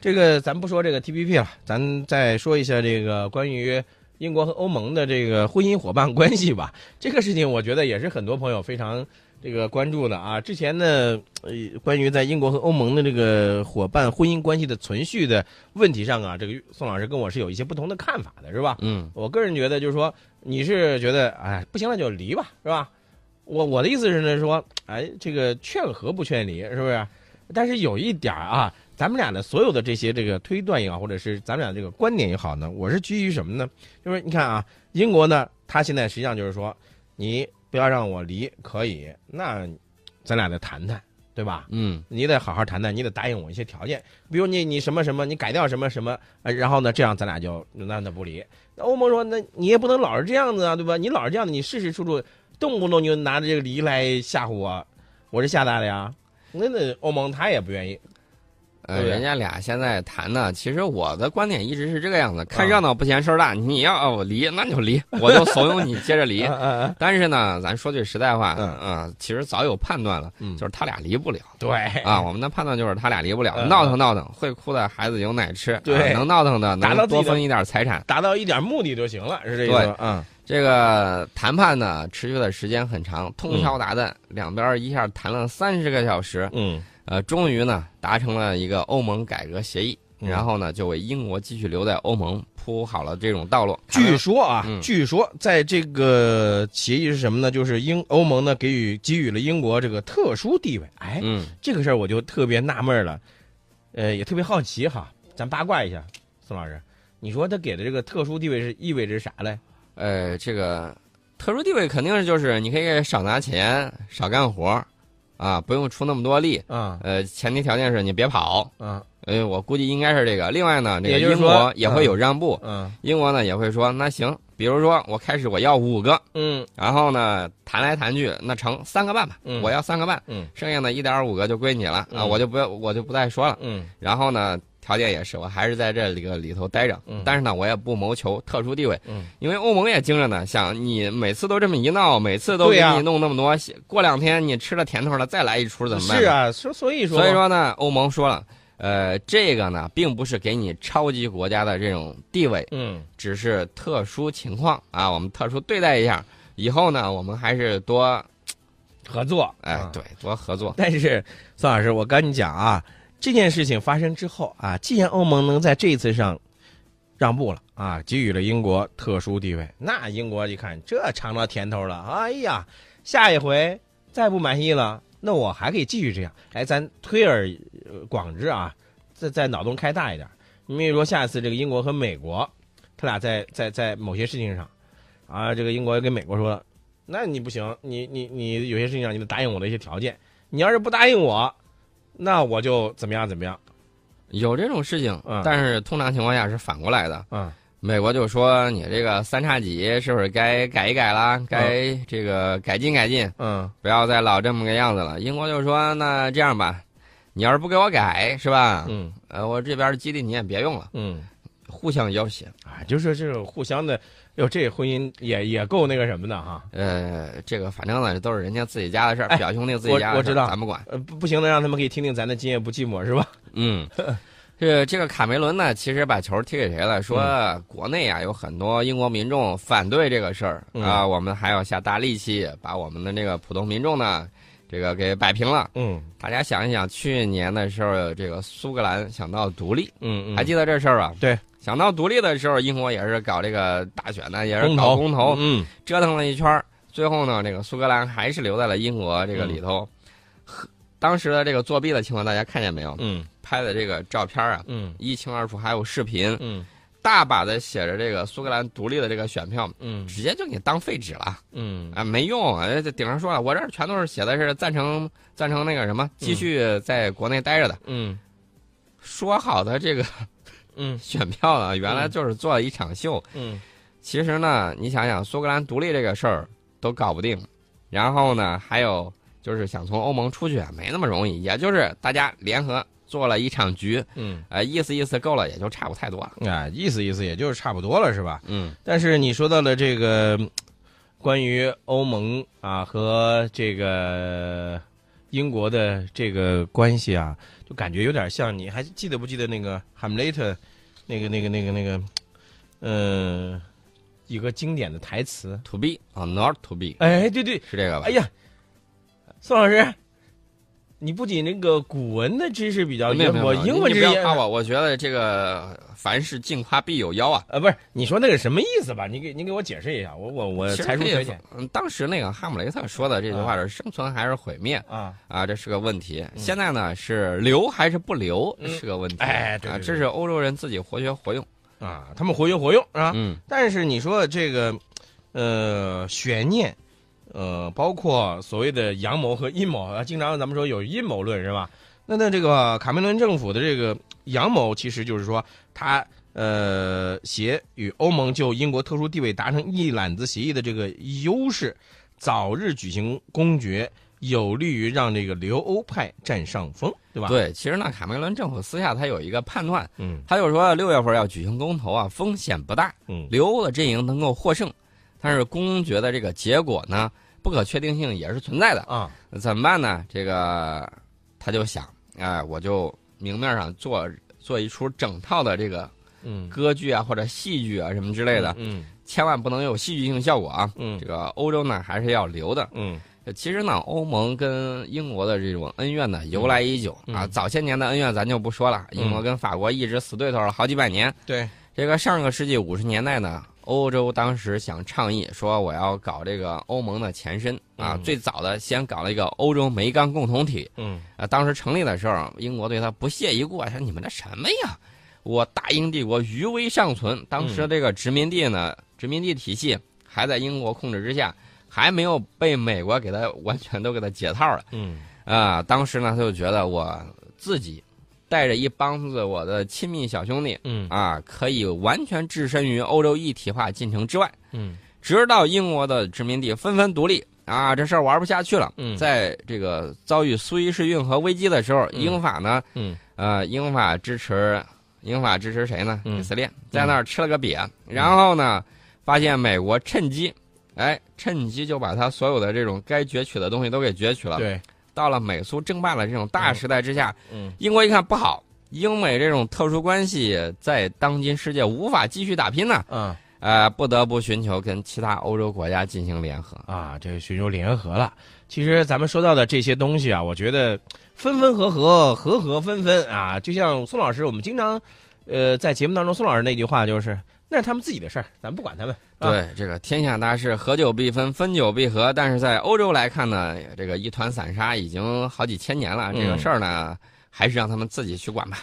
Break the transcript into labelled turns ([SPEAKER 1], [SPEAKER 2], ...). [SPEAKER 1] 这个咱不说这个 TPP 了，咱再说一下这个关于英国和欧盟的这个婚姻伙伴关系吧。这个事情我觉得也是很多朋友非常这个关注的啊。之前呢，呃，关于在英国和欧盟的这个伙伴婚姻关系的存续的问题上啊，这个宋老师跟我是有一些不同的看法的，是吧？
[SPEAKER 2] 嗯，
[SPEAKER 1] 我个人觉得就是说，你是觉得哎不行了就离吧，是吧？我我的意思是呢，说哎这个劝和不劝离，是不是？但是有一点儿啊，咱们俩的所有的这些这个推断也好，或者是咱们俩这个观点也好呢，我是基于什么呢？就是你看啊，英国呢，它现在实际上就是说，你不要让我离，可以，那咱俩再谈谈，对吧？
[SPEAKER 2] 嗯，
[SPEAKER 1] 你得好好谈谈，你得答应我一些条件，比如你你什么什么，你改掉什么什么，呃然后呢，这样咱俩就那那不离。那欧盟说，那你也不能老是这样子啊，对吧？你老是这样子，你事事处处动不动就拿着这个离来吓唬我，我是吓大的呀。那那欧盟他也不愿意，
[SPEAKER 2] 呃，
[SPEAKER 1] 对
[SPEAKER 2] 人家俩现在谈呢，其实我的观点一直是这个
[SPEAKER 1] 啊
[SPEAKER 2] 样子：看热闹不嫌事儿大，你要哦离，那就 离，我就怂恿你接着离。
[SPEAKER 1] 嗯嗯嗯
[SPEAKER 2] 但是呢，咱说句实在话，
[SPEAKER 1] 嗯
[SPEAKER 2] 啊，其实早有判断了，
[SPEAKER 1] 嗯
[SPEAKER 2] 就是他俩离不了。
[SPEAKER 1] 对
[SPEAKER 2] 啊，，我们的判断就是他俩离不了，
[SPEAKER 1] 嗯
[SPEAKER 2] 闹腾闹腾，会哭的孩子有奶吃，
[SPEAKER 1] 对
[SPEAKER 2] 啊能闹腾的
[SPEAKER 1] 达到
[SPEAKER 2] 能
[SPEAKER 1] 自己
[SPEAKER 2] 多
[SPEAKER 1] 的
[SPEAKER 2] 分一点财产。
[SPEAKER 1] 达到一点目的就行了，是这意思
[SPEAKER 2] 对
[SPEAKER 1] 吧？嗯，
[SPEAKER 2] 这个谈判呢，持续的时间很长，通宵达旦，两边一下谈了三十个小时，
[SPEAKER 1] 嗯，
[SPEAKER 2] 呃，终于呢达成了一个欧盟改革协议，
[SPEAKER 1] 嗯
[SPEAKER 2] 然后呢就为英国继续留在欧盟铺好了这种道路。
[SPEAKER 1] 据说啊，
[SPEAKER 2] 嗯
[SPEAKER 1] 据说在这个协议是什么呢？就是英欧盟呢给予给予了英国这个特殊地位。哎，
[SPEAKER 2] 嗯，
[SPEAKER 1] 这个事儿我就特别纳闷儿了，呃，也特别好奇哈，咱八卦一下，宋老师，你说他给的这个特殊地位是意味着啥嘞？
[SPEAKER 2] 呃，这个特殊地位肯定是就是你可以少拿钱，少干活，啊，不用出那么多力。
[SPEAKER 1] 啊
[SPEAKER 2] 呃，前提条件是你别跑，
[SPEAKER 1] 啊
[SPEAKER 2] 呃，我估计应该是这个。另外呢，这
[SPEAKER 1] 也
[SPEAKER 2] 个
[SPEAKER 1] 就是
[SPEAKER 2] 英
[SPEAKER 1] 说
[SPEAKER 2] 国也会有让步，
[SPEAKER 1] 嗯
[SPEAKER 2] 英国呢也会说那行，比如说我开始我要五个，
[SPEAKER 1] 嗯
[SPEAKER 2] 然后呢谈来谈去，那成三个半吧，
[SPEAKER 1] 嗯
[SPEAKER 2] 我要三个半，
[SPEAKER 1] 嗯
[SPEAKER 2] 剩下的一点五个就归你了、啊，
[SPEAKER 1] 嗯
[SPEAKER 2] 我就不要我就不再说了。
[SPEAKER 1] 嗯
[SPEAKER 2] 然后呢，条件也是我还是在这里个里头待着，
[SPEAKER 1] 嗯
[SPEAKER 2] 但是呢我也不谋求特殊地位，
[SPEAKER 1] 嗯
[SPEAKER 2] 因为欧盟也经着呢，想你每次都这么一闹，每次都
[SPEAKER 1] 对
[SPEAKER 2] 给
[SPEAKER 1] 呀
[SPEAKER 2] 你弄那么多，过两天你吃了甜头了，再来一出怎么办？
[SPEAKER 1] 是啊，所所以说，
[SPEAKER 2] 所以说呢，欧盟说了，呃，这个呢，并不是给你超级国家的这种地位，
[SPEAKER 1] 嗯
[SPEAKER 2] 只是特殊情况啊，我们特殊对待一下。以后呢，我们还是多
[SPEAKER 1] 合作，
[SPEAKER 2] 哎
[SPEAKER 1] 啊，
[SPEAKER 2] 对，多合作。
[SPEAKER 1] 但是呃宋老师，我跟你讲啊，这件事情发生之后啊，既然欧盟能在这一次上让步了啊，给予了英国特殊地位，那英国一看这尝到甜头了，哎呀，下一回再不满意了，那我还可以继续这样。哎，咱推而呃广之啊，再再脑洞开大一点，你比如说下一次这个英国和美国，他俩在在在某些事情上，啊，这个英国跟美国说。那你不行，你你你有些事情上你得答应我的一些条件，你要是不答应我，那我就怎么样怎么样。
[SPEAKER 2] 有这种事情
[SPEAKER 1] 嗯，
[SPEAKER 2] 但是通常情况下是反过来的。
[SPEAKER 1] 嗯
[SPEAKER 2] 美国就说你这个三叉戟是不是该改一改啦？该这个改进改进，
[SPEAKER 1] 嗯
[SPEAKER 2] 不要再老这么个样子了。英国就说那这样吧，你要是不给我改是吧？
[SPEAKER 1] 嗯
[SPEAKER 2] 呃，我这边的基地你也别用了，
[SPEAKER 1] 嗯，
[SPEAKER 2] 互相要挟。
[SPEAKER 1] 啊，就是这种互相的，哟，这婚姻也也够那个什么的哈。
[SPEAKER 2] 呃，这个反正呢，都是人家自己家的事儿，
[SPEAKER 1] 哎
[SPEAKER 2] 表兄弟自己家
[SPEAKER 1] 我我
[SPEAKER 2] 的
[SPEAKER 1] 知
[SPEAKER 2] 事儿，
[SPEAKER 1] 道
[SPEAKER 2] 咱不管。
[SPEAKER 1] 呃，不不行的，让他们可以听听咱的《今夜不寂寞》是吧？
[SPEAKER 2] 嗯，这这个卡梅伦呢，其实把球踢给谁了？
[SPEAKER 1] 嗯
[SPEAKER 2] 说国内啊有很多英国民众反对这个事儿
[SPEAKER 1] 嗯
[SPEAKER 2] 啊，我们还要下大力气把我们的那个普通民众呢，这个给摆平了。
[SPEAKER 1] 嗯
[SPEAKER 2] 大家想一想，去年的时候，这个苏格兰想到独立，
[SPEAKER 1] 嗯
[SPEAKER 2] 还记得这事儿吧？
[SPEAKER 1] 对，
[SPEAKER 2] 想到独立的时候，英国也是搞这个大选呢，也是
[SPEAKER 1] 公
[SPEAKER 2] 搞
[SPEAKER 1] 投
[SPEAKER 2] 公投，
[SPEAKER 1] 嗯
[SPEAKER 2] 折腾了一圈儿，最后呢，这个苏格兰还是留在了英国这个
[SPEAKER 1] 嗯
[SPEAKER 2] 里头。呵当时的这个作弊的情况，大家看见没有？
[SPEAKER 1] 嗯
[SPEAKER 2] 拍的这个照片啊，
[SPEAKER 1] 嗯
[SPEAKER 2] 一清二楚，还有视频，
[SPEAKER 1] 嗯
[SPEAKER 2] 大把的写着这个苏格兰独立的这个选票，
[SPEAKER 1] 嗯
[SPEAKER 2] 直接就给当废纸了
[SPEAKER 1] 嗯
[SPEAKER 2] 啊，没用啊！这顶上说了，我这儿全都是写的是赞成赞成那个什么，继续在国内待着的。
[SPEAKER 1] 嗯
[SPEAKER 2] 说好的这个
[SPEAKER 1] 嗯
[SPEAKER 2] 选票呢，原来就是做了一场秀，
[SPEAKER 1] 嗯
[SPEAKER 2] 其实呢，你想想苏格兰独立这个事儿都搞不定，然后呢，还有就是想从欧盟出去没那么容易，也就是大家联合做了一场局，
[SPEAKER 1] 嗯，
[SPEAKER 2] 呃，意思意思够了，也就差不太多了。
[SPEAKER 1] 啊，意思意思也就是差不多了是吧？
[SPEAKER 2] 嗯，
[SPEAKER 1] 但是你说到了这个嗯关于欧盟啊和这个英国的这个关系啊，就感觉有点像你还记得不记得那个 Hamlet，那个那个那个那个，嗯、呃，一个经典的台词。
[SPEAKER 2] To be or not to be
[SPEAKER 1] 哎，对对，
[SPEAKER 2] 是这个吧？
[SPEAKER 1] 哎呀，宋老师，你不仅那个古文的知识比较
[SPEAKER 2] 没有
[SPEAKER 1] 渊
[SPEAKER 2] 没
[SPEAKER 1] 博，
[SPEAKER 2] 有，
[SPEAKER 1] 英文
[SPEAKER 2] 你
[SPEAKER 1] 知
[SPEAKER 2] 不
[SPEAKER 1] 识
[SPEAKER 2] 要
[SPEAKER 1] 也
[SPEAKER 2] 夸我，我觉得这个凡事尽夸必有妖啊。
[SPEAKER 1] 呃，不是，你说那个什么意思吧？你给你给我解释一下，我我我
[SPEAKER 2] 其实
[SPEAKER 1] 呃才疏
[SPEAKER 2] 这
[SPEAKER 1] 学
[SPEAKER 2] 也
[SPEAKER 1] 浅
[SPEAKER 2] 嗯，当时那个哈姆雷特说的这句话是生存还是毁灭
[SPEAKER 1] 啊。
[SPEAKER 2] 啊，这是个问题。现在呢是留还是不留
[SPEAKER 1] 嗯
[SPEAKER 2] 是个问题。
[SPEAKER 1] 哎对
[SPEAKER 2] 啊，
[SPEAKER 1] 对对
[SPEAKER 2] 这是欧洲人自己活学活用。
[SPEAKER 1] 啊，他们活学活用啊。
[SPEAKER 2] 嗯，
[SPEAKER 1] 但是你说这个，呃，悬念，呃，包括所谓的阳谋和阴谋啊，经常咱们说有阴谋论是吧？那那这个卡梅伦政府的这个阳谋，其实就是说他呃协与欧盟就英国特殊地位达成一揽子协议的这个优势，早日举行公决，有利于让这个留欧派占上风，对吧？，
[SPEAKER 2] 对，其实呢，卡梅伦政府私下他有一个判断，
[SPEAKER 1] 嗯
[SPEAKER 2] 他就说六月份要举行公投啊，风险不大，
[SPEAKER 1] 嗯
[SPEAKER 2] 留欧的阵营能够获胜，但是公决的这个结果呢，不可确定性也是存在的。
[SPEAKER 1] 啊
[SPEAKER 2] 那怎么办呢？这个他就想，哎，我就明面上做做一出整套的这个
[SPEAKER 1] 嗯
[SPEAKER 2] 歌剧啊，或者戏剧啊什么之类的，
[SPEAKER 1] 嗯
[SPEAKER 2] 千万不能有戏剧性效果啊。
[SPEAKER 1] 嗯
[SPEAKER 2] 这个欧洲呢还是要留的。
[SPEAKER 1] 嗯
[SPEAKER 2] 其实呢，欧盟跟英国的这种恩怨呢由来已久、
[SPEAKER 1] 嗯
[SPEAKER 2] 啊，早些年的恩怨咱就不说了，
[SPEAKER 1] 嗯
[SPEAKER 2] 英国跟法国一直死对头了好几百年。
[SPEAKER 1] 对
[SPEAKER 2] 这个上个世纪五十年代呢，欧洲当时想倡议说我要搞这个欧盟的前身啊，
[SPEAKER 1] 嗯
[SPEAKER 2] 最早的先搞了一个欧洲煤钢共同体
[SPEAKER 1] 嗯
[SPEAKER 2] 啊。当时成立的时候，英国对他不屑一顾，啊说你们这什么呀？我大英帝国余威尚存，当时这个殖民地呢，殖民地体系还在英国控制之下，还没有被美国给它完全都给它解套了。
[SPEAKER 1] 嗯
[SPEAKER 2] 啊，当时呢，他就觉得我自己带着一帮子我的亲密小兄弟
[SPEAKER 1] 嗯
[SPEAKER 2] 啊，可以完全置身于欧洲一体化进程之外，
[SPEAKER 1] 嗯
[SPEAKER 2] 直到英国的殖民地纷纷独立啊，这事儿玩不下去了。
[SPEAKER 1] 嗯
[SPEAKER 2] 在这个遭遇苏伊士运河危机的时候，
[SPEAKER 1] 嗯
[SPEAKER 2] 英法呢，
[SPEAKER 1] 嗯。
[SPEAKER 2] 呃，英法支持英法支持谁呢？
[SPEAKER 1] 嗯
[SPEAKER 2] 以色列在那儿吃了个瘪，然后呢，发现美国趁机，哎，趁机就把他所有的这种该攫取的东西都给攫取了。
[SPEAKER 1] 对，
[SPEAKER 2] 到了美苏争霸的这种大时代之下，
[SPEAKER 1] 嗯
[SPEAKER 2] 英国一看不好，英美这种特殊关系在当今世界无法继续打拼呢，
[SPEAKER 1] 啊
[SPEAKER 2] 呃，不得不寻求跟其他欧洲国家进行联合。
[SPEAKER 1] 啊，这个寻求联合了。其实咱们说到的这些东西啊，我觉得分分合合，合合分分啊，就像宋老师，我们经常呃在节目当中，宋老师那句话就是，那是他们自己的事儿，咱不管他们。啊，
[SPEAKER 2] 对，这个天下大事，合久必分，分久必合。但是在欧洲来看呢，这个一团散沙已经好几千年了，这个
[SPEAKER 1] 嗯
[SPEAKER 2] 事儿呢，还是让他们自己去管吧。